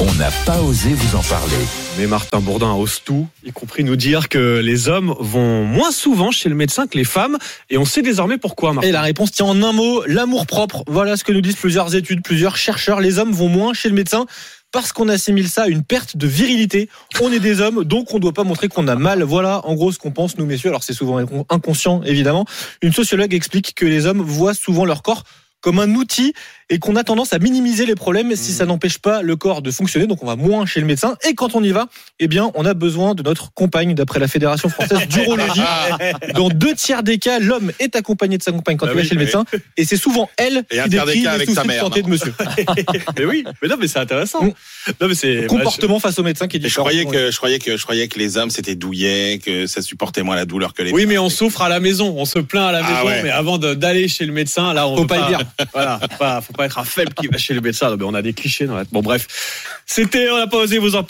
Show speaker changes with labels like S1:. S1: on n'a pas osé vous en parler.
S2: Mais Martin Bourdin hausse tout, y compris nous dire que les hommes vont moins souvent chez le médecin que les femmes. Et on sait désormais pourquoi, Martin.
S3: Et la réponse tient en un mot, l'amour propre. Voilà ce que nous disent plusieurs études, plusieurs chercheurs. Les hommes vont moins chez le médecin parce qu'on assimile ça à une perte de virilité. On est des hommes, donc on ne doit pas montrer qu'on a mal. Voilà en gros ce qu'on pense, nous messieurs. Alors c'est souvent inc- inconscient, évidemment. Une sociologue explique que les hommes voient souvent leur corps comme un outil et qu'on a tendance à minimiser les problèmes si
S2: Mmh.
S3: ça n'empêche pas le corps de fonctionner. Donc on va moins chez le médecin. Et quand on y va, eh bien on a besoin de notre compagne, d'après la Fédération française d'urologie.
S4: Ah,
S3: Dans deux tiers des cas, l'homme est accompagné de sa compagne quand
S4: Bah
S3: il va
S4: oui,
S3: chez le
S4: oui.
S3: médecin, et c'est souvent elle
S4: Et un
S3: qui
S4: tiers des
S3: décrit
S4: cas
S3: les
S4: avec
S3: soucis
S4: sa
S3: de
S4: mère,
S3: santé de monsieur.
S2: mais oui, mais non, mais c'est intéressant.
S3: Mm.
S2: Non, mais c'est.
S3: Comportement face au médecin qui est
S4: Et je
S3: différent.
S4: croyais que je croyais que je croyais que les hommes c'était douillet, que ça supportait moins la douleur que les.
S5: Oui, mais on souffre à la maison, on se plaint à la
S4: Ah
S5: maison,
S4: ouais.
S5: mais avant de- d'aller chez le médecin, là, on
S3: Faut
S5: veut
S3: pas le dire.
S5: Voilà, faut pas, faut pas être un faible qui va chez le médecin. Non, mais on a des clichés dans la... Bon, bref, c'était, on n'a pas osé vous en parler.